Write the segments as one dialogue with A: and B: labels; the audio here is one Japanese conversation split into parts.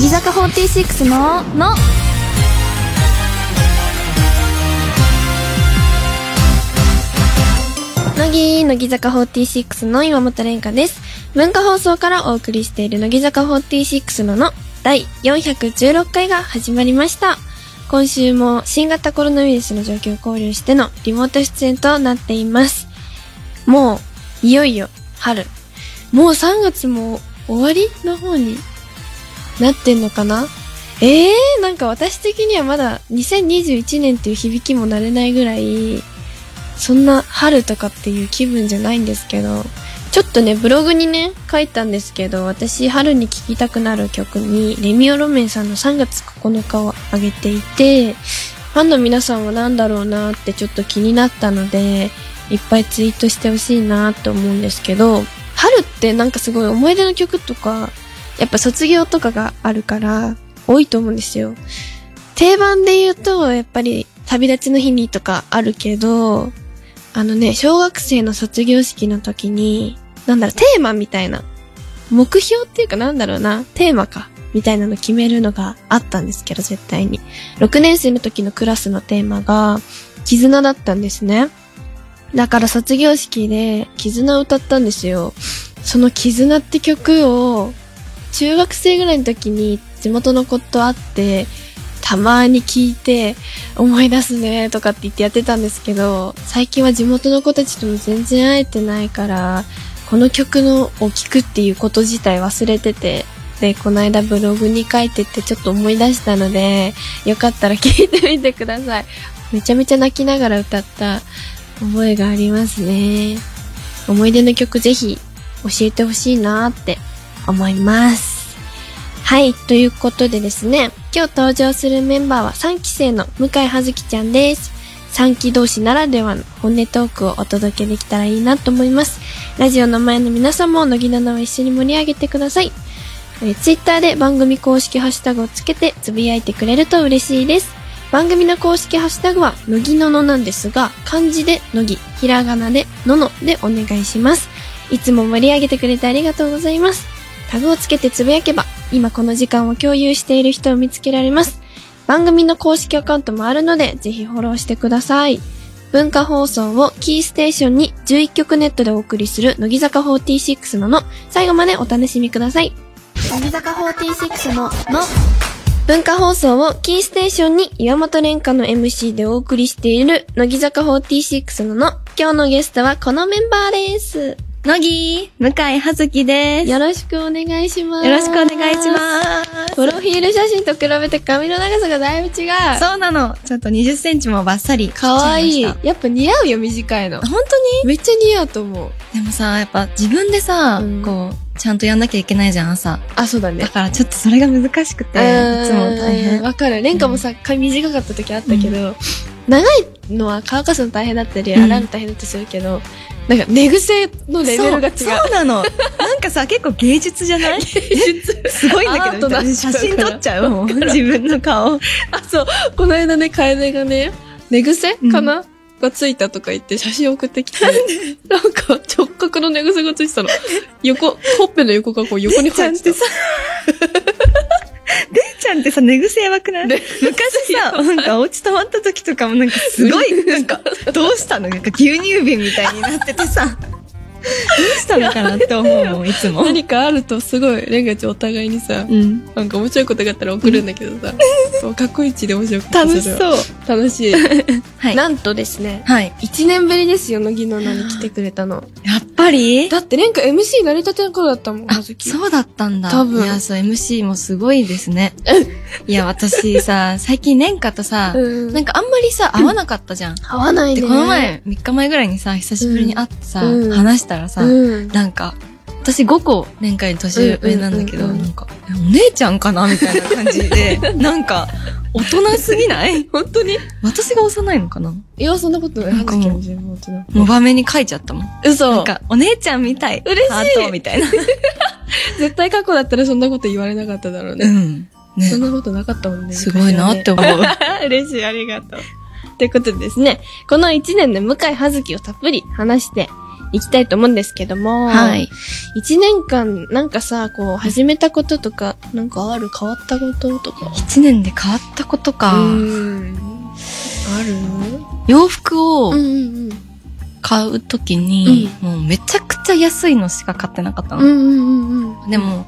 A: 木坂46の「の」乃木乃木坂46の岩本蓮香です文化放送からお送りしている乃木坂46のの第416回が始まりました今週も新型コロナウイルスの状況を考慮してのリモート出演となっていますもういよいよ春もう3月も終わりの方になってんのかなえー、なんか私的にはまだ2021年っていう響きも慣れないぐらいそんな春とかっていう気分じゃないんですけど、ちょっとね、ブログにね、書いたんですけど、私、春に聴きたくなる曲に、レミオロメンさんの3月9日を挙げていて、ファンの皆さんは何だろうなってちょっと気になったので、いっぱいツイートしてほしいなと思うんですけど、春ってなんかすごい思い出の曲とか、やっぱ卒業とかがあるから、多いと思うんですよ。定番で言うと、やっぱり、旅立ちの日にとかあるけど、あのね、小学生の卒業式の時に、なんだろう、テーマみたいな、目標っていうかなんだろうな、テーマか、みたいなの決めるのがあったんですけど、絶対に。6年生の時のクラスのテーマが、絆だったんですね。だから卒業式で、絆を歌ったんですよ。その絆って曲を、中学生ぐらいの時に地元の子と会って、たまに聞いて思い出すねとかって言ってやってたんですけど最近は地元の子たちとも全然会えてないからこの曲のを聴くっていうこと自体忘れててでこの間ブログに書いててちょっと思い出したのでよかったら 聴いてみてくださいめちゃめちゃ泣きながら歌った覚えがありますね思い出の曲ぜひ教えてほしいなって思いますはい、ということでですね、今日登場するメンバーは3期生の向井葉月ちゃんです。3期同士ならではの本音トークをお届けできたらいいなと思います。ラジオの前の皆さんも乃木の名を一緒に盛り上げてください。えー、ツイッターで番組公式ハッシュタグをつけてつぶやいてくれると嬉しいです。番組の公式ハッシュタグは、乃木ののなんですが、漢字で乃木、ひらがなでののでお願いします。いつも盛り上げてくれてありがとうございます。タグをつけてつぶやけば、今この時間を共有している人を見つけられます。番組の公式アカウントもあるので、ぜひフォローしてください。文化放送をキーステーションに11曲ネットでお送りする乃木坂46のの、最後までお楽しみください。乃木坂46のの、文化放送をキーステーションに岩本蓮香の MC でお送りしている乃木坂46のの、今日のゲストはこのメンバーです。
B: 乃木、向井葉月です。
A: よろしくお願いします。。
B: よろしくお願いします
A: プロフィール写真と比べて髪の長さがだいぶ違う。
B: そうなの。ちょっと20センチもバッサリ。
A: かわいい。やっぱ似合うよ、短いの。
B: 本当に
A: めっちゃ似合うと思う。
B: でもさ、やっぱ自分でさ、うん、こう、ちゃんとやんなきゃいけないじゃん、朝。
A: あ、そうだね。
B: だからちょっとそれが難しくて、いつも大変。
A: わかる。レンカもさ、髪短かった時あったけど、うん長いのは乾かすの大変だったり、洗うの大変だったりするけど、うん、なんか寝癖のレベルが違う。
B: そうなの。なんかさ、結構芸術じゃない すごいんだけど、写真撮っちゃうもん。自分の顔。
A: あ、そう。この間ね、楓がね、寝癖かな、うんがついたとか言って写真送ってきて、 なんか直角の寝癖がついてたの。横、ほっぺの横がこう横に入ってた。
B: レイちゃんってさ、寝癖やばくない昔さ、なんかお家泊まった時とかもなんかすご い、なんか、どうしたのなんか牛乳瓶みたいになっててさ、どうしたのかなって思うもん、いつも。
A: 何かあるとすごい、レンガちゃんお互いにさ、うん、なんか面白いことがあったら送るんだけどさ、そう、かっこいいちで面白いこと
B: 楽しそう。
A: 楽しい。 はい、なんとですね、はい、1年ぶりですよ、乃木の名に来てくれたの。
B: やっぱり
A: だってレンカ MC 慣れたての頃だったもん、
B: あそうだったんだ。
A: 多分。
B: いや、そう、MC もすごいですね。いや、私 さ、最近レンカとさ、なんかあんまりさ、会わなかったじゃん。
A: 会わないね。
B: で、この前、3日前ぐらいにさ、久しぶりに会ってさ、話したらさ、なんか、私5個年間年上なんだけど、なんか、お姉ちゃんかなみたいな感じ で、なんか、大人すぎない
A: 本当に
B: 私が幼いのかない
A: や、そんなことない。なん
B: かもう、もばめに書いちゃったもん。
A: 嘘。
B: なんか、お姉ちゃんみたい。
A: 嬉しい。ハ
B: ートみ たいな。
A: 絶対過去だったらそんなこと言われなかっただろうね。
B: うん。
A: ね、そんなことなかったもんね。
B: すごいなって思う。
A: 嬉しい、ありがとう。ということでですね、この1年で向井葉月をたっぷり話して、行きたいと思うんですけども、
B: はい。
A: 一年間、なんかさ、こう、始めたこととか、なんかある変わったこととか。
B: 一年で変わったことか。
A: うんある
B: 洋服を
A: うんうん
B: 買うときに、もうめちゃくちゃ安いのしか買ってなかった
A: うん。う
B: の。
A: んうんうんうん。
B: でも、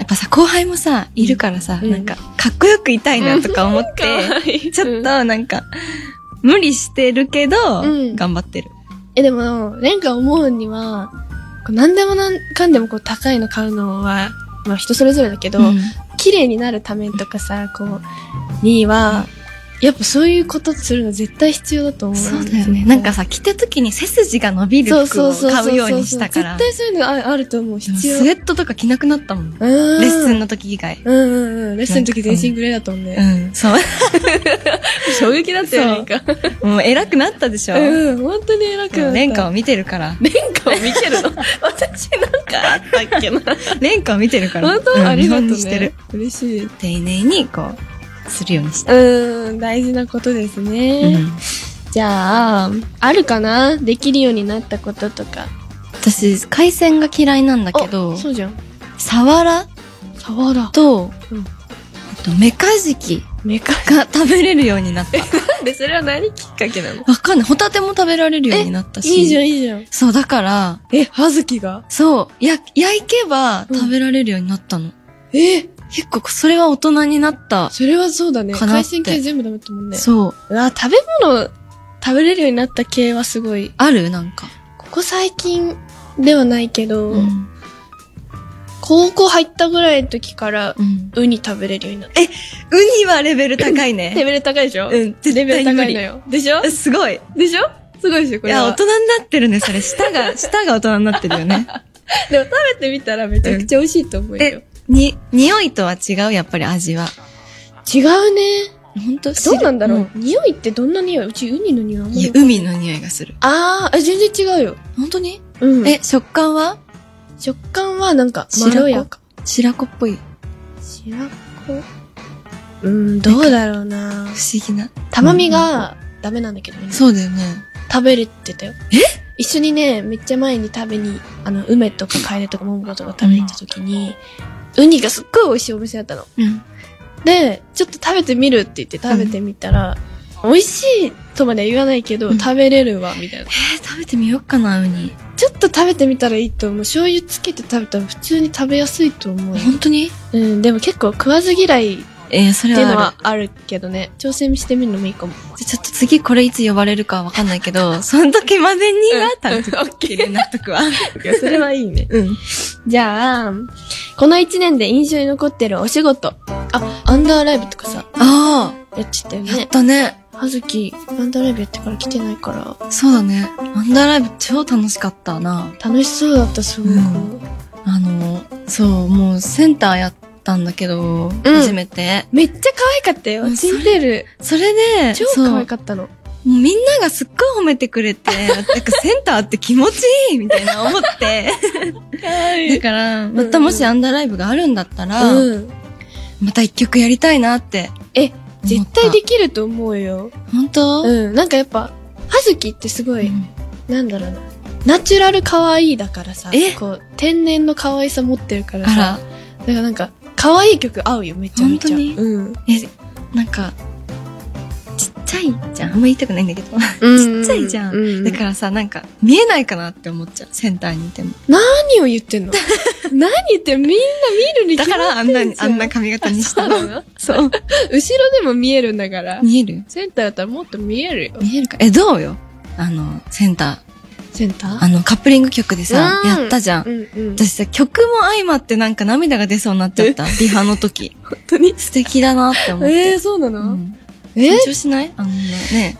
B: やっぱさ、後輩もさ、いるからさ、
A: うん
B: なんか、かっこよくいたいなとか思って、
A: い
B: ちょっと
A: うん
B: なんか、無理してるけど、
A: うん
B: 頑張ってる。
A: え、でも、レンが思うには、こう何でもなんかんでもこう高いの買うのは、まあ人それぞれだけど、
B: うん
A: 綺麗になるためとかさ、こう、には、やっぱそういうことするの絶対必要だと思う。
B: そうだよね。なんか、さ、着た時に背筋が伸びる
A: そう
B: 服
A: そう
B: を
A: そうそう。
B: 買うようにしたから。
A: 絶対そういうのああると思う。必要。
B: スウェットとか着なくなったもん。レ
A: うん
B: ッスンの時以外。
A: うんうんうん。レッスンの時全身グレーだったもん
B: う
A: ね。
B: ん。そう。
A: 衝撃だったよ、レンカ。
B: もう偉くなったでしょ。
A: うん、本当に偉くなった。
B: レンカを見てるから。
A: レンカを見てるの 私なんかあったっけな。
B: レンカを見てるから。
A: 本当、
B: うん
A: ありがとう、
B: 見本
A: ね。
B: にしてる。
A: 嬉しい。う
B: 丁寧に、こう、するようにした。
A: ーん、大事なことですね。
B: うん
A: じゃあ、あるかなできるようになったこととか。
B: 私、海鮮が嫌いなんだけど
A: あ、そうじゃん。
B: サワラ
A: サワラ。
B: と、
A: うん
B: あとメカジキ
A: メカ
B: が食べれるようになった。
A: で、それは何きっかけなの
B: わかんない。ホタテも食べられるようになったし。
A: いいじゃん、いいじゃん。
B: そう、だから、
A: え、はずきが
B: そう、や、焼けば食べられるようになったの。
A: え、
B: 結構、それは大人になった。
A: それはそうだね。
B: かなっ
A: 海
B: て
A: 鮮系全部ダメだったもんね。
B: そう。
A: うわ、食べ物食べれるようになった系はすごい。
B: あるなんか。
A: ここ最近ではないけど、
B: うん。
A: 高校入ったぐらいの時から、
B: うん。
A: ウニ食べれるようになった。
B: ウニはレベル高い
A: レ
B: ね。
A: ベル高いでしょ
B: うん、絶
A: レベル
B: 対無
A: 高いの
B: 理。
A: よ。でしょ
B: すごい。い
A: でしょすごいでしょこれは。
B: や、大人になってるね、それ。舌が、舌が大人になってるよ ね。
A: でも食べてみたらめちゃくちゃ美味しいと思うよ。
B: えに、匂いとは違う、やっぱり味は。
A: 違うね。
B: ほんと
A: どうなんだろう、匂いってどんな匂いうちウニの匂いあんま
B: いや
A: り、
B: 海の匂いがする。
A: あー、あ全然違うよ。
B: 本当に
A: うん。え、
B: え、食感は
A: 食感はなんか、ま
B: 白子
A: ろやか。
B: 白子っぽい。
A: 白子うん、どうだろう
B: 不
A: な
B: 思議な。
A: たまみがダメなんだけどね。
B: そうだよね。
A: 食べれてたよ。え一緒にね、めっちゃ前に食べに、あの、梅とかカエデとかモンゴとか食べに行った時に、ウニがすっごい美味しいお店だったの。
B: うん。
A: で、ちょっと食べてみるって言って食べてみたら、美味しいとまでは言わないけど、
B: うん
A: 食べれるわ、みたいな
B: え。ー、食べてみようかな、ウニ。
A: ちょっと食べてみたらいいと思う。醤油つけて食べたら普通に食べやすいと 思うよ。
B: 本当に
A: うん、でも結構食わず嫌いっ
B: えー、そ
A: て
B: れ
A: いう
B: は
A: の
B: あ
A: はあるけどね。挑戦してみるのもいいかも。
B: る。じゃちょっと次これいつ呼ばれるかわかんないけ ど、その時までには食べて
A: うんうんオッケー
B: きる納得は。
A: それはいいね。
B: うん。
A: じゃあ、この一年で印象に残ってるお仕事。あ、アンダーライブとかさ、
B: あ
A: やってたよ
B: あ、やっ
A: ね。
B: たね。
A: はずき、アンダーライブやってから来てないから、
B: そうだね。アンダーライブ超楽しかったな。
A: 楽しそうだった、すごく。
B: うんあの、そう、もうセンターやったんだけど、初めて。
A: めっちゃ可愛かったよ。
B: うん
A: ツインテール。
B: それで、
A: 超
B: そう
A: 可愛かったの。
B: もうみんながすっごい褒めてくれて、なんかセンターって気持ちいいみたいな思って。
A: 可愛
B: だから、またもしアンダーライブがあるんだったら、
A: うん。
B: また一曲やりたいなって。
A: え、絶対で
B: き
A: きると思うよ。
B: 本当
A: うん。なんかやっぱ、はずきってすごい、
B: うん
A: なんだろうな。ナチュラル可愛いだからさ。
B: え
A: こう、天然の可愛さ持ってるから
B: あ
A: さ。
B: ら、
A: だからなんか、可愛い曲合うよ、めちゃめちゃ。
B: 本当に
A: うん。
B: え、なんか、ちっちゃいじゃん。あんま言いたくないんだけど。
A: ち
B: ちっちゃいじゃんだからさ、なんか、見えないかなって思っちゃう。センターにいても。
A: 何を言っ てんの何言ってんのみんな見るに
B: だ
A: 決
B: か
A: まって
B: ら、あんなに
A: ん、じゃ
B: あんな髪型にした の。
A: の
B: そう。
A: 後ろでも見えるんだから。
B: 見える
A: センターだったらもっと見えるよ。
B: 見えるか。え、どうよあの、センター。
A: センター
B: あの、カップリング曲でさ、
A: うん
B: やったじゃん。
A: うんうん。
B: 私さ、曲も相まってなんか涙が出そうになっちゃった。リハの時。
A: 本当に
B: 素敵だなって思って。
A: えー、そうな
B: う
A: の、
B: ん
A: え
B: 緊張しないあのね。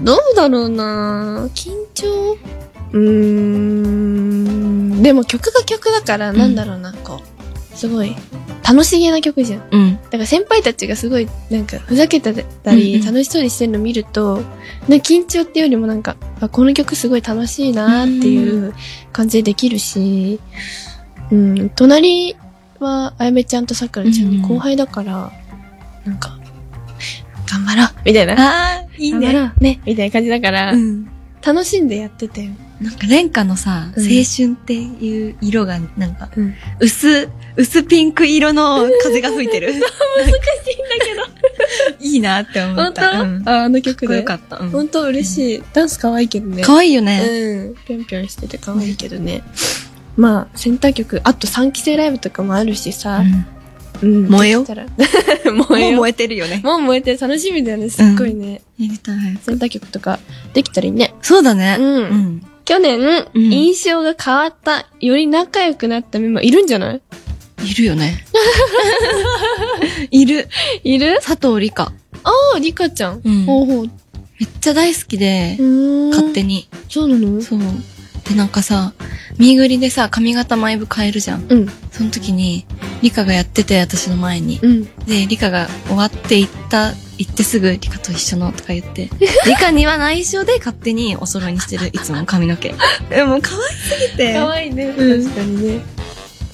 A: どうだろうな緊張うーん。でも曲が曲だから、
B: ん
A: なんだろうな、こう。すごい、楽しげな曲じゃん。
B: うん。
A: だから先輩たちがすごい、なんか、ふざけてたり、
B: うんうん
A: 楽しそうにしてるの見ると、なんか緊張っていうよりもなんか、あこの曲すごい楽しいなーっていう感じでできるし、うん、隣は、あやめちゃんとさくらちゃんで
B: うんうん
A: 後輩だから、なんか、頑張ろうみたいな。
B: ああ、い
A: い。ね、みたいな感じだから、
B: うん。
A: 楽しんでやってたよ。
B: なんか、蓮華のさ、
A: うん
B: 青春っていう色が、なんか、
A: うん
B: 薄、薄ピンク色の風が吹いてる。
A: 難しいんだけ ど。
B: いいなって思
A: 本
B: っ
A: 当、
B: た。うんかっ
A: あ、あの曲
B: こ
A: で。
B: よかった。うん
A: 本当嬉しい。ダンス可愛いけどね。
B: 可愛いよね。
A: うん。ぴょんぴょんしてて可愛いけどね。まあ、センター曲、あと3期生ライブとかもあるしさ
B: う。ん
A: うん
B: 燃えよ
A: できたら 燃
B: も
A: え
B: う
A: よ。
B: 燃えてるよね。
A: もう燃えて楽しみだよね、すっごいね。
B: やりたい。
A: センター曲とかできたらいいね。
B: そうだね。
A: うん
B: うん。
A: 去年、
B: うん
A: 印象が変わった、より仲良くなったメンバーいるんじゃない
B: いるよ ね。いる。
A: いる
B: 佐藤理香。
A: あ、リカちゃん。
B: うん
A: ほうほう。
B: めっちゃ大好きで、勝
A: 勝
B: 手
A: に。
B: に。
A: そうなの
B: そう。で、なんかさ、ミーグリでさ、髪型毎部変えるじゃん。
A: うん。
B: その時に、リカがやってて、私の前に。
A: うん。
B: で、リカが終わって行った、行ってすぐリカと一緒のとか言 って、リカには内緒で勝手にお揃いにしてる、いつも髪の 毛。え、もう可愛すぎて
A: かわいいね、
B: うん
A: 確かにね。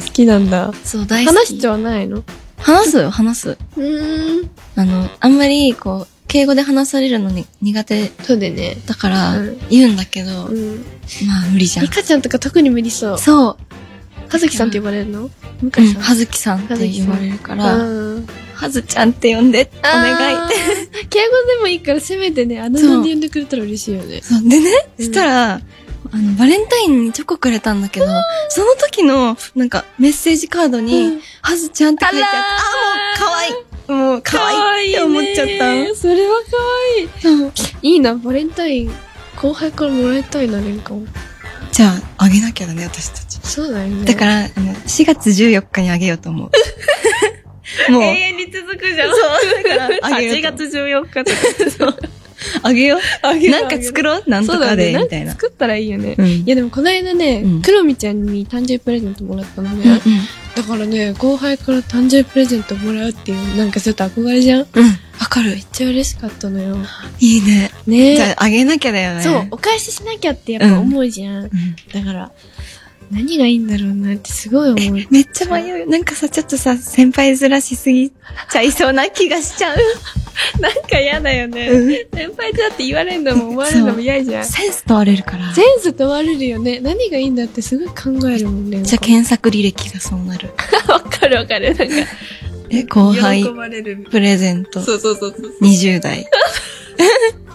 A: 好きなんだ。
B: そう、大好き。
A: 話しち
B: ゃ
A: ゃわないの
B: 話すよ、話す。
A: うーん。
B: あの、あんまり、こう、敬語で話されるのに苦手
A: そうだよね。
B: だから
A: うん、
B: 言うんだけど、
A: うん。
B: まあ無理じゃ
A: リ
B: ん。
A: カちゃんとか特に無理そう。
B: そう。
A: はずきさんって呼ばれるの向
B: う
A: 井
B: ん、
A: さん。
B: はずきさんって言われるから、
A: うん
B: はずちゃんって呼んで、お願い って。
A: い。敬語でもいいから、せめてね、あの名で呼んでくれたら嬉しいよね。
B: そうでね、
A: うん
B: したら、あの、バレンタインにチョコくれたんだけど、その時の、なんか、メッセージカードに、
A: うん
B: はずちゃんって書いてあって、
A: あら
B: あ、もう、可愛いもう、可愛いって思っちゃった
A: た。それは可愛い。
B: そう。
A: いいな、バレンタイン、後輩からもらいたいな、レンカも。
B: じゃあ、あげなきゃだね、私たち。
A: そうだよね。
B: だから、あの、4月14日にあげようと思う。 もう、
A: 遠に続くじゃん。
B: そう、だから、 あげよう
A: 8
B: と思う。
A: 月14日と
B: あげよ
A: か。
B: う。なんか作ろうなんと
A: そうだ
B: か
A: ね。
B: で、
A: な
B: み
A: んか
B: たいな。
A: 作ったらいいよね。
B: うん。
A: いやでもこの間ね
B: うん、
A: くろみちゃんに誕生日プレゼントもらったの
B: うん
A: ね。だからね、後輩から誕生日プレゼントもらうっていう、なんかちょっと憧れじゃん。
B: うん。うん。わかる
A: め。っちゃ嬉しかったのよ。
B: いいね。じゃ
A: ね
B: あ、あげなきゃだよね。
A: そう、お返ししなきゃってやっぱ思うじゃん。
B: うん。
A: だから、何がいいんだろうなってすご い思う。
B: めっちゃ迷うよ。なんかさ、ちょっとさ、先輩ずらしすぎちゃいそうな気がしちゃう。
A: なんか嫌だよね
B: うん
A: 先輩だって言われるのも思
B: われるのも
A: 嫌じゃ
B: センス問われるから。
A: センス問われるよね。何がいいんだってすごい考えるもんね。
B: じゃあ検索履歴がそうなる。
A: わかるわかる。なんか、
B: え、後輩
A: 喜ばれる。
B: プレゼント。
A: そうそうそうそう。
B: 20代。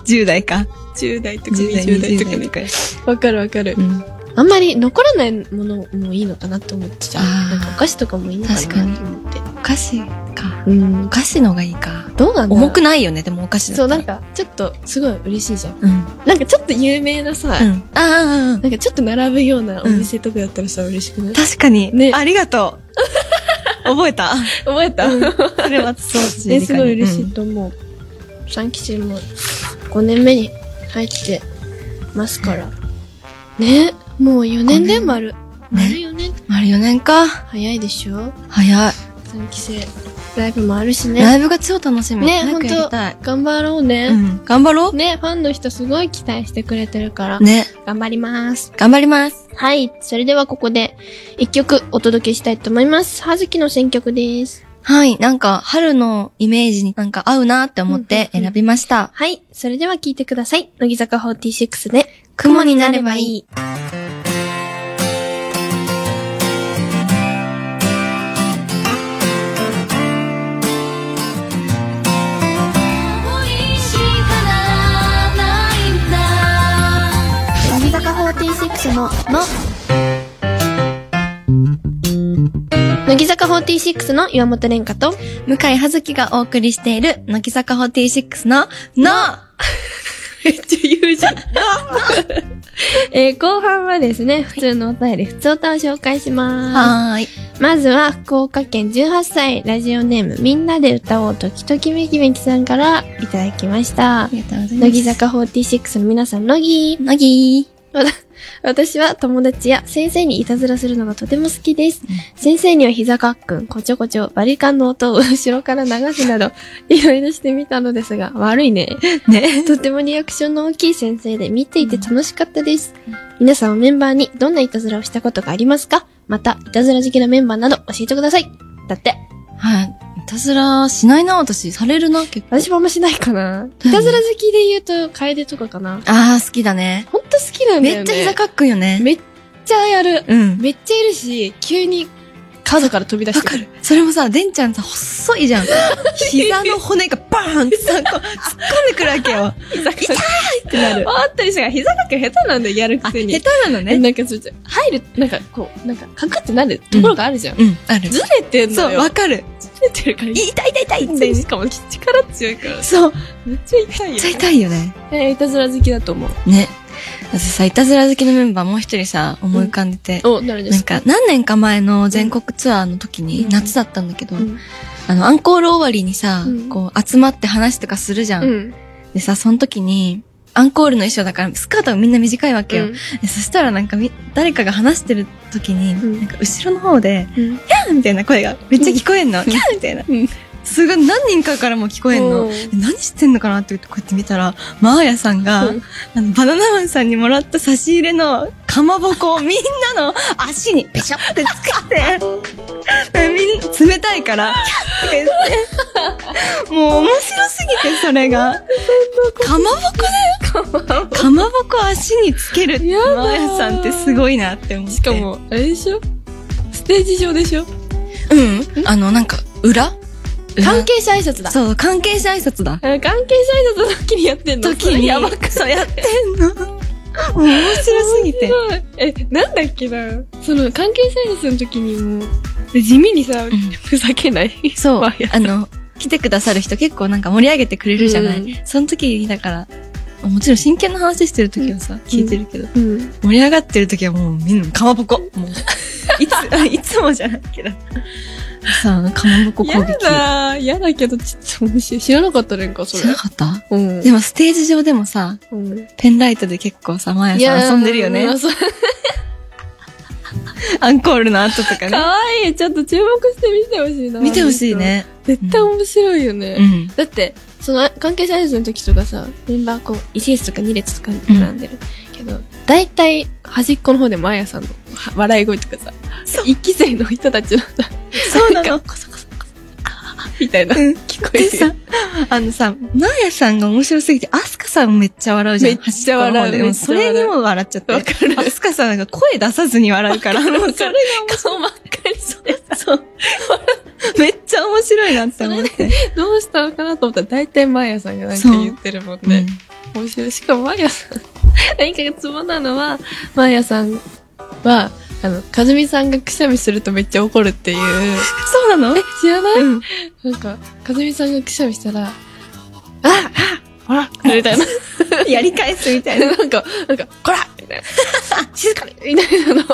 B: 10代か。
A: 10代とか
B: 10代、
A: 20代とか
B: 20代
A: ね。
B: とか。
A: わかるわかる
B: う。ん。
A: あんまり残らないものもいいのかなって思っちゃう。
B: あー
A: なんかお菓子とかもいいのかなって思って。
B: お菓子か。
A: うん
B: お。菓子の方がいいか。
A: どうなんだろう
B: 重くないよね、でもお菓子
A: そ
B: だ
A: う、
B: っ
A: な
B: た
A: ん
B: ら。
A: か、ちょっと、すごい嬉しいじゃん。
B: うん。うん。
A: なんかちょっと有名なさ、
B: ああああ、ああ
A: なんかちょっと並ぶようなお店とかだったらさ、嬉しくない
B: 確かに。
A: ね
B: ありがとう。覚えた。
A: 覚えた、
B: それはそうし
A: ね、すごい嬉し
B: うん
A: いと思う。三期生も5年目に入ってますから。ね、もう4年で丸。丸4年
B: 丸4年か。
A: 早いでしょ
B: 早い。
A: 三期生。ライブもあるし
B: ラ
A: ね。
B: イブが超楽しみ。
A: ね
B: 早くやりたい。
A: 頑張ろう
B: う
A: ね、
B: ん。頑張ろ
A: ね、ファンの人すごい期待してくれてるから。
B: う。ね。
A: 頑張ります。
B: 頑張ります。
A: はい。それではここで一曲お届けしたいと思います。はずきの選曲です。
B: はい。なんか、春のイメージになんか合うなって思って
A: うんうんう
B: 選
A: ん
B: びました。
A: はい。それでは聴いてください。乃木坂46で
B: 雲になればいい。
A: 乃木坂46の「の」乃木坂46の岩本蓮香と
B: 向井葉月がお送りしている、乃木坂46の、の
A: めっちゃ言うじゃん、えー後半はですね普通のお便り普通歌を紹介します
B: はーい。
A: まずは福岡県18歳ラジオネームみんなで歌おうときときめきめきさんからいただきました
B: ありがとうございます。
A: 乃木。坂46の皆さん、乃木
B: 乃木。
A: 私は友達や先生にいたずらするのがとても好きです
B: うん。
A: 先生には膝かっくん、こちょこちょ、バリカンの音を後ろから流すなど、いろいろしてみたのですが、悪いね。
B: ね。
A: とてもリアクションの大きい先生で見ていて楽しかったです。皆さんはメンバーにどんないたずらをしたことがありますかまた、いたずら好きなメンバーなど教えてください。だって。
B: はい。たずらしないな、私。されるな、結構。
A: 私もあんましないかな。 いたずら好きで言うと、楓とかかな。
B: あー、好きだね。
A: ほんと好きなんだよね。
B: めっちゃ膝かっくんよね。
A: めっちゃやる。
B: うん。
A: めっちゃいるし、急に角から飛び出して
B: わかる。それもさ、でんちゃんさ、細いじゃ ん。膝の骨がバーンってさ、こう、突っ込んでくるわけ よ。
A: 膝が痛い
B: ってなる。
A: あったりしたから、膝掛け下手なんだよ、やる
B: あ、
A: くせ
B: 下
A: に。
B: 手なのね。
A: なんかそう、入る、なんかこう、なんか、カクってなるところがあるじゃん。
B: うん、ある。
A: ずれてんの
B: そう、
A: よ。
B: わかる。
A: ずれてるから、
B: 痛い痛い痛い
A: 痛い。
B: っ
A: しかも、力強いから
B: て。。そう、
A: めっちゃ痛いよ
B: めっちゃ痛いよね。
A: えー、いたずら好きだと思う。
B: ね。私さ、いたずら好きのメンバーもう一人さ、思い浮かんでて。
A: お、誰で
B: なん
A: すか
B: か、何年か前の全国ツアーの時
A: う
B: に、
A: ん
B: 夏だったんだけど、
A: うん
B: あの、アンコール終わりにさ、
A: うん
B: こう、集まって話とかするじゃん。
A: うん。
B: でさ、その時に、アンコールの衣装だから、スカートがみんな短いわけよ。でそしたらなんかみ、誰かが話してる時に、
A: うん
B: なんか後ろの方で、
A: うん。
B: キャーみたいな声がめっちゃ聞こえんの。キャーみたいな。
A: うん
B: すごい何人かからも聞こえんの。
A: うん
B: で何してんのかなってこうやって見たら、マーヤさんが、あの、バナナマンさんにもらった差し入れのかまぼこをみんなの足にペシャってつけて、 みんな冷たいから、キャッて言って、もう面白すぎてそれが。かまぼこだよかまぼこ足につけるって、
A: やだー
B: マーヤさんってすごいなって思って。
A: しか、も、あれでしょステージ上でしょ
B: うん。あの、なんか、裏
A: 関係者挨拶だ。
B: そう、関係者挨拶だ。
A: あ関係者挨拶の時にやってんの
B: 時に、
A: やばく
B: そうやってんの。もう面白すぎて。
A: ないえ、なんだっけなその、関係者挨拶の時にも、地味にさ、
B: ん
A: ふざけない。
B: そう。
A: ま
B: あ
A: あや
B: の、来てくださる人結構なんか盛り上げてくれるじゃない、
A: う
B: その時にだから、もちろん真剣な話してる時はさ、聞いてるけど、
A: うん。
B: 盛り上がってる時はもうみんなかまぼこ。 もう、いつ、あいつもじゃないけど。さあ、かまぼこ攻
A: や
B: 撃。
A: だー。やだけど、ちょっと面白い。知らなかったねんか、そ
B: 知ら
A: れ
B: な。かった
A: うん
B: でもステージ上でもさ、
A: うん。
B: ペンライトで結構さ、毎
A: い
B: 朝遊んでるよね
A: まあ。そう
B: アンコールの後とか
A: か
B: ね。
A: わいい。ちょっと注目して見てほしいな。
B: 見てほしい。ね。
A: 絶対面白いよね。
B: うん。
A: だって、その関係者挨拶の時とかさ、メンバーこう、1列とか2列とか並んでる。けど、大体端っこの方でマーヤさんのは笑い声とかさ、
B: そう
A: 一期生の人たちのさ、
B: そうな
A: な
B: の
A: ん。みたいな、
B: うん
A: 聞こえ
B: で
A: てる
B: さ。、 あのさ、マーヤさんが面白すぎて、アスカさんめっちゃ笑うじゃん。
A: めっちゃ笑う
B: 端っこの方で
A: め
B: も
A: っ
B: う
A: ちゃ
B: そ
A: 笑う
B: れにも笑っちゃって。
A: わかる
B: アスカさんなんか声出さずに笑うから、もうそ
A: それ
B: れ、
A: が顔真っ赤にしてさ、
B: そう。 めっちゃ面白いなって思って。
A: どうしたのかなと思ったら大体マーヤさんがなんか言ってるもん
B: う
A: ね
B: ん。
A: 面白い。しかもマーヤさん、 何かがツボなのは、マーヤさんは、あの、かずみさんがくしゃみするとめっちゃ怒るっていう。
B: そうなの
A: え、知らない
B: うん。
A: なんか、かずみさんがくしゃみしたら、ああほらみたい な。
B: やり返すみたい な。
A: なんか、なんか、こらみたいな。静かにみたいなのを、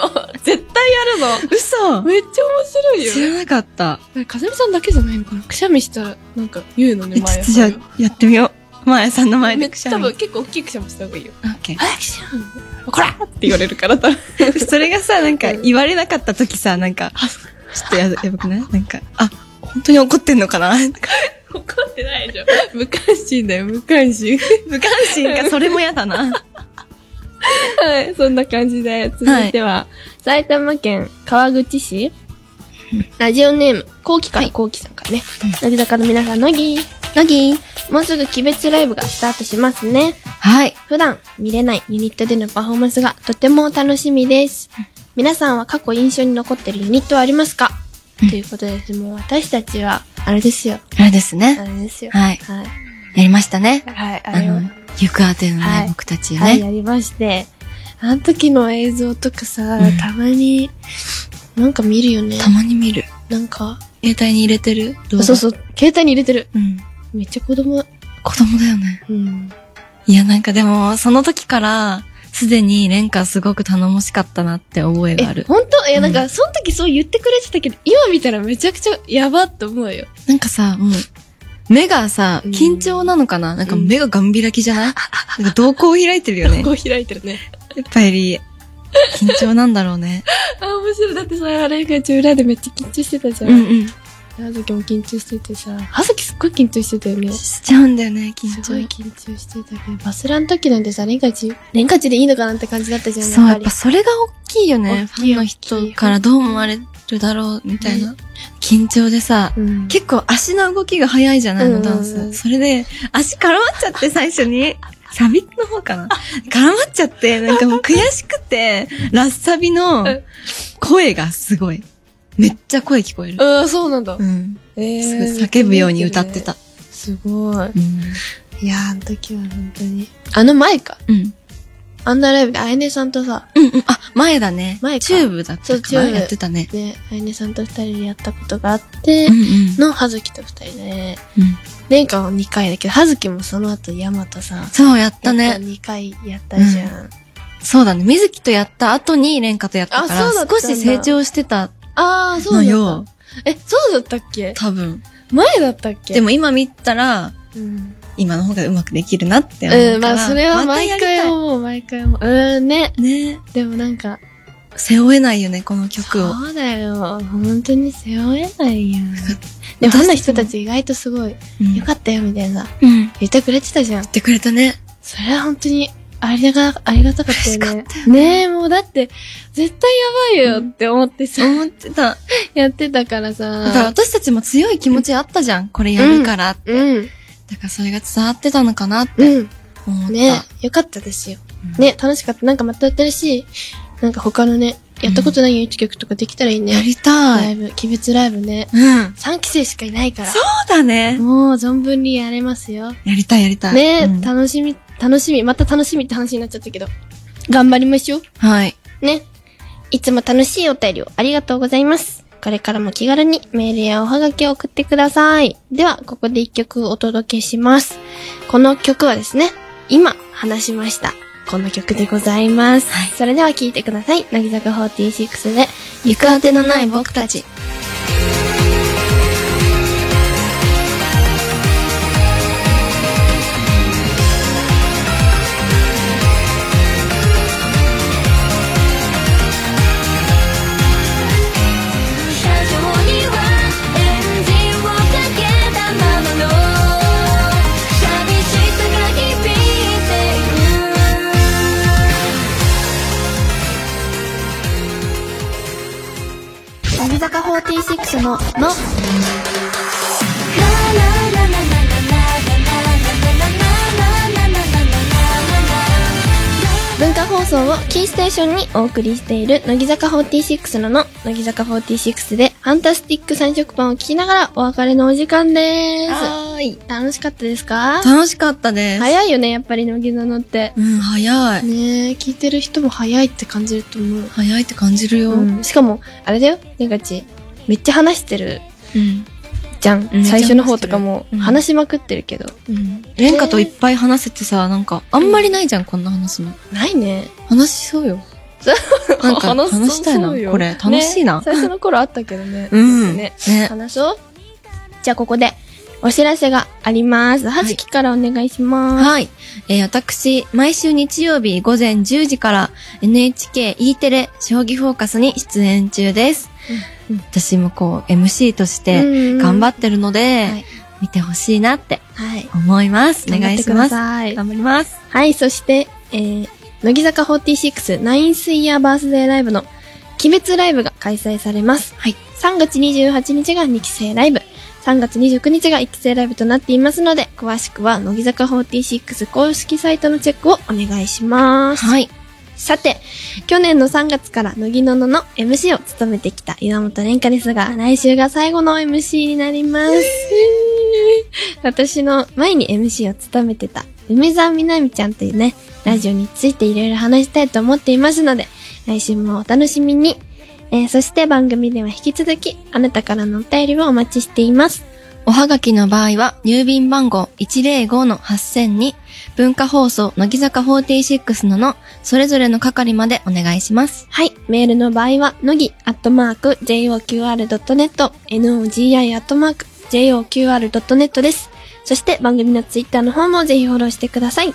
A: 絶対やるの。
B: 嘘
A: めっちゃ面白い
B: 知
A: よ。
B: らなかった。
A: かずみさんだけじゃないのかなくしゃみしたら、なんか言うのね、
B: えちょ
A: 前
B: っとじゃあ、やってみよう。マーヤさんの前
A: め
B: で
A: っ
B: く
A: ち
B: し
A: ゃ
B: ゃ
A: 多
B: み。オ
A: 分結構大きくしゃみした方がいいよ。
B: ッケー
A: あ、くしゃみこらって言われるから、多分。
B: それがさ、なんか言われなかった時さ、なんか、ちょっとややばくないなんか、あ、本当に怒ってんのかな
A: 怒ってないじゃん。無関心だよ、無関心。
B: 無関心か、それも嫌だな。
A: はい、そんな感じで、続いては、埼玉県川口市、ラジオネーム、こうきか
B: はい
A: こうきさんからね。乃木坂の皆さん、乃木乃木もうすぐ鬼滅ライブがスタートしますね。
B: はい。
A: 普段見れないユニットでのパフォーマンスがとても楽しみです。皆さんは過去印象に残ってるユニットはありますか
B: うん
A: ということです。もう私たちは、あれですよ。
B: あれです
A: あ
B: ね。
A: れですよ。
B: はい。
A: はい。
B: やりましたね。
A: はい、あ
B: あ
A: れは
B: の。、行くあての
A: は
B: ないい僕たちよ
A: はい、
B: ね。
A: やりまして。あの時の映像とかさ、
B: うん
A: たまに、なんか見るよね。
B: たまに見る。
A: なんか、
B: 携帯に入れてる
A: そうそう
B: う。
A: 携帯に入れてる。
B: うん。
A: めっちゃ子供、
B: 子供だよね。
A: うん。
B: いや、なんかでも、その時から、すでにレンカすごく頼もしかったなって覚え
A: え
B: があ、る。
A: 本当いや、なん
B: う
A: か、その時そう言ってくれてたけど、今見たらめちゃくちゃやばって思うよ。
B: なんかさ、もう、目がさ、
A: うん
B: 緊張なのかな、なんか目がガン開きじゃない、なんか瞳孔開いてるよ ね。
A: こう開いてるね。
B: やっぱり、緊張なんだろうね。
A: あ、面白い。だってさ、あれがち裏でめっちゃ緊張してたじゃん。
B: うん。
A: あの時も緊張しててさ、葉月すっごい緊張してたよね。
B: しちゃうんだよね、緊
A: すごい
B: 張。
A: 緊張してたけど、バスラン時なんてさ、レンカチ、レンカチでいいのかなって感じだったじゃん、
B: そう、
A: や
B: や
A: っ
B: っ
A: ぱり
B: ぱ。それが大きいよね。
A: 大
B: フ
A: きい
B: ァンの人からどう思われるだろう、みたいな。緊張でさ、
A: うん
B: 結構足の動きが早いじゃない
A: う
B: の、
A: んうんうん
B: ダンス。それで、足絡まっちゃって最初 に。サビの方かな絡まっちゃって、なんかもう悔しくて、ラッサビの
A: うん
B: 声がすごい。めっちゃ声聞こえる。
A: うん、そうなんだ
B: う。ん。
A: え
B: すごい叫ぶように歌って。た。
A: すごい。
B: うん。
A: いやー、あの時は本当に。あの前か。
B: うん。
A: アンダーライブであやねさんとさ、
B: うんうん。あ、前だね。
A: 前か
B: チューブだっ
A: そう
B: た
A: チ
B: か
A: ュー
B: な
A: ブ
B: やってたね。
A: ね、あやねさんと二人でやったことがあって、
B: うんうん。
A: の、はずきと二人で、
B: うん
A: 年間は2回だけど、はずきもその後、ヤマトさん。
B: そう、やった
A: や
B: ね
A: っぱ。2回やったじゃん。
B: そうだね。水木とやった後にレンカとやったか
A: あ
B: ら
A: そうだっ、たん
B: 少
A: だ
B: し成長してた
A: ああ、そ
B: の
A: うだっ
B: よ。
A: た。え、そうだったっけ
B: 多分。
A: 前だったっけ
B: で、も今見たら、
A: うん。
B: 今の方がうまくできるなって思うから。
A: うん、まあ、それは毎回
B: ま
A: 思う、毎回思う。うん、ね。
B: たやりたいね。
A: でもなんか、
B: 背負えないよね、この曲を。
A: そうだよ。本当に背負えない よ。で
B: 私たちも
A: も、ファンの人たち意外とすごい、
B: うん
A: よかったよ、みたいな。
B: うん。言
A: 言ってくれてたじゃん。
B: ってくれたね。
A: それは本当に、ありがた、ありがたかった
B: 嬉
A: よね
B: しかった。よ
A: ねえ、もうだって、絶対やばいよって思ってさ、
B: 思ってた。
A: やってたから
B: だから
A: さ。
B: 私たちも強い気持ちあったじゃん。これやるから。
A: うん。
B: だからそれが伝わってたのかなって
A: うん。
B: 思った。
A: ねよかったですよ。
B: うん
A: ね、楽しかった。なんかまたやってるし、なんか他のね、やったことない y o 曲とかできたらいい
B: や
A: ね。
B: り
A: ラ
B: た
A: イ
B: い。
A: ブ、鬼滅ライブね。
B: うん。
A: 3期生しかいないから。
B: そうだね。
A: もう存分にやれますよ。
B: やりたい、やりたい。
A: ね、
B: うん
A: 楽しみ、楽しみ、また楽しみって話になっちゃったけど。頑張りましょう。
B: はい。
A: ね。いつも楽しいお便りをありがとうございます。これからも気軽にメールやおはがきを送ってください。では、ここで一曲お届けします。この曲はですね、今話しました。この曲でございます。
B: はい
A: それでは聴いてください。乃木坂46で、行く当てのない僕たち。
C: 「車上にはエンジンをかけたままの」「寂しさが響いてい
A: 乃木坂46の、の、
C: る」「ララララララララララララララララ
A: 文化放送をキーステーションにお送りしている乃木坂46のの乃木坂46でファンタスティック三色パンを聞きながらお別れのお時間です。
B: はーい。
A: 楽しかったですか
B: 楽しかったです。
A: 早いよね、やっぱり乃木のって。
B: うん、早い。
A: ねえ、聞いてる人も早いって感じると思う。
B: 早いって感じるよ。うん。
A: うんしかも、あれだよ、ネガチ。めっちゃ話してるじゃん。
B: うん
A: 最初の方とかも
B: めっちゃ
A: 話しまくってるけど。
B: うん。レンカといっぱい話せてさ、なんか、あんまりないじゃん、こんな話すの。
A: ないね。
B: 話しそうよ。 なんか、
A: 話そう
B: 話したいな、
A: そうよ
B: これ。楽しいな
A: ね。最初の頃あったけどね。
B: うん。
A: ね
B: ね。
A: 話そう。じゃあここでお知らせがあります。はずきからお願いします。
B: はい。えー私、毎週日曜日午前10時から NHKE テレ将棋フォーカスに出演中です。
A: うんうん
B: 私もこう、MC として
A: 頑
B: 頑張
A: っ
B: ってるの
A: て
B: で、
A: はい。
B: 見てほしいなって
A: はい。
B: 思います。お
A: 頑張
B: 願
A: っ
B: い
A: て
B: し
A: くだ
B: ます。
A: さい。
B: 頑張ります。
A: はい、そして、えー、乃木坂46ナインスイヤーバースデーライブの鬼滅ライブが開催されます。
B: はい。
A: 3月28日が2期生ライブ。3月29日が1期生ライブとなっていますので、詳しくは乃木坂46公式サイトのチェックをお願いします。
B: はい。
A: さて、去年の3月から乃木ののの MC を務めてきた岩本蓮香ですが、来週が最後の MC になります。私の前に MC を務めてた梅沢みなみちゃんというね、ラジオについていろいろ話したいと思っていますので、来週もお楽しみに。えーそして番組では引き続き、あなたからのお便りをお待ちしています。
B: おはがきの場合は、郵便番号105-8000に、文化放送、乃木坂46のの、それぞれの係までお願いします。
A: はい。メールの場合は、のぎ、アットマーク、joqr.net、nogi、アットマーク、joqr.net です。そして、番組のツイッターの方もぜひフォローしてください。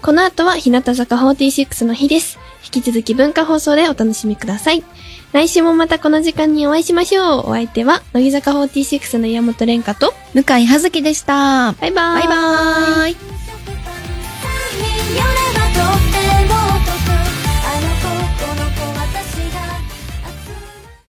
A: この後は、日向坂46の日です。引き続き文化放送でお楽しみください。来週もまたこの時間にお会いしましょう。お相手は、乃木坂46の山本蓮香と、
B: 向井葉月でした。
A: バイバー
B: バ
A: イ。
B: イバーイ。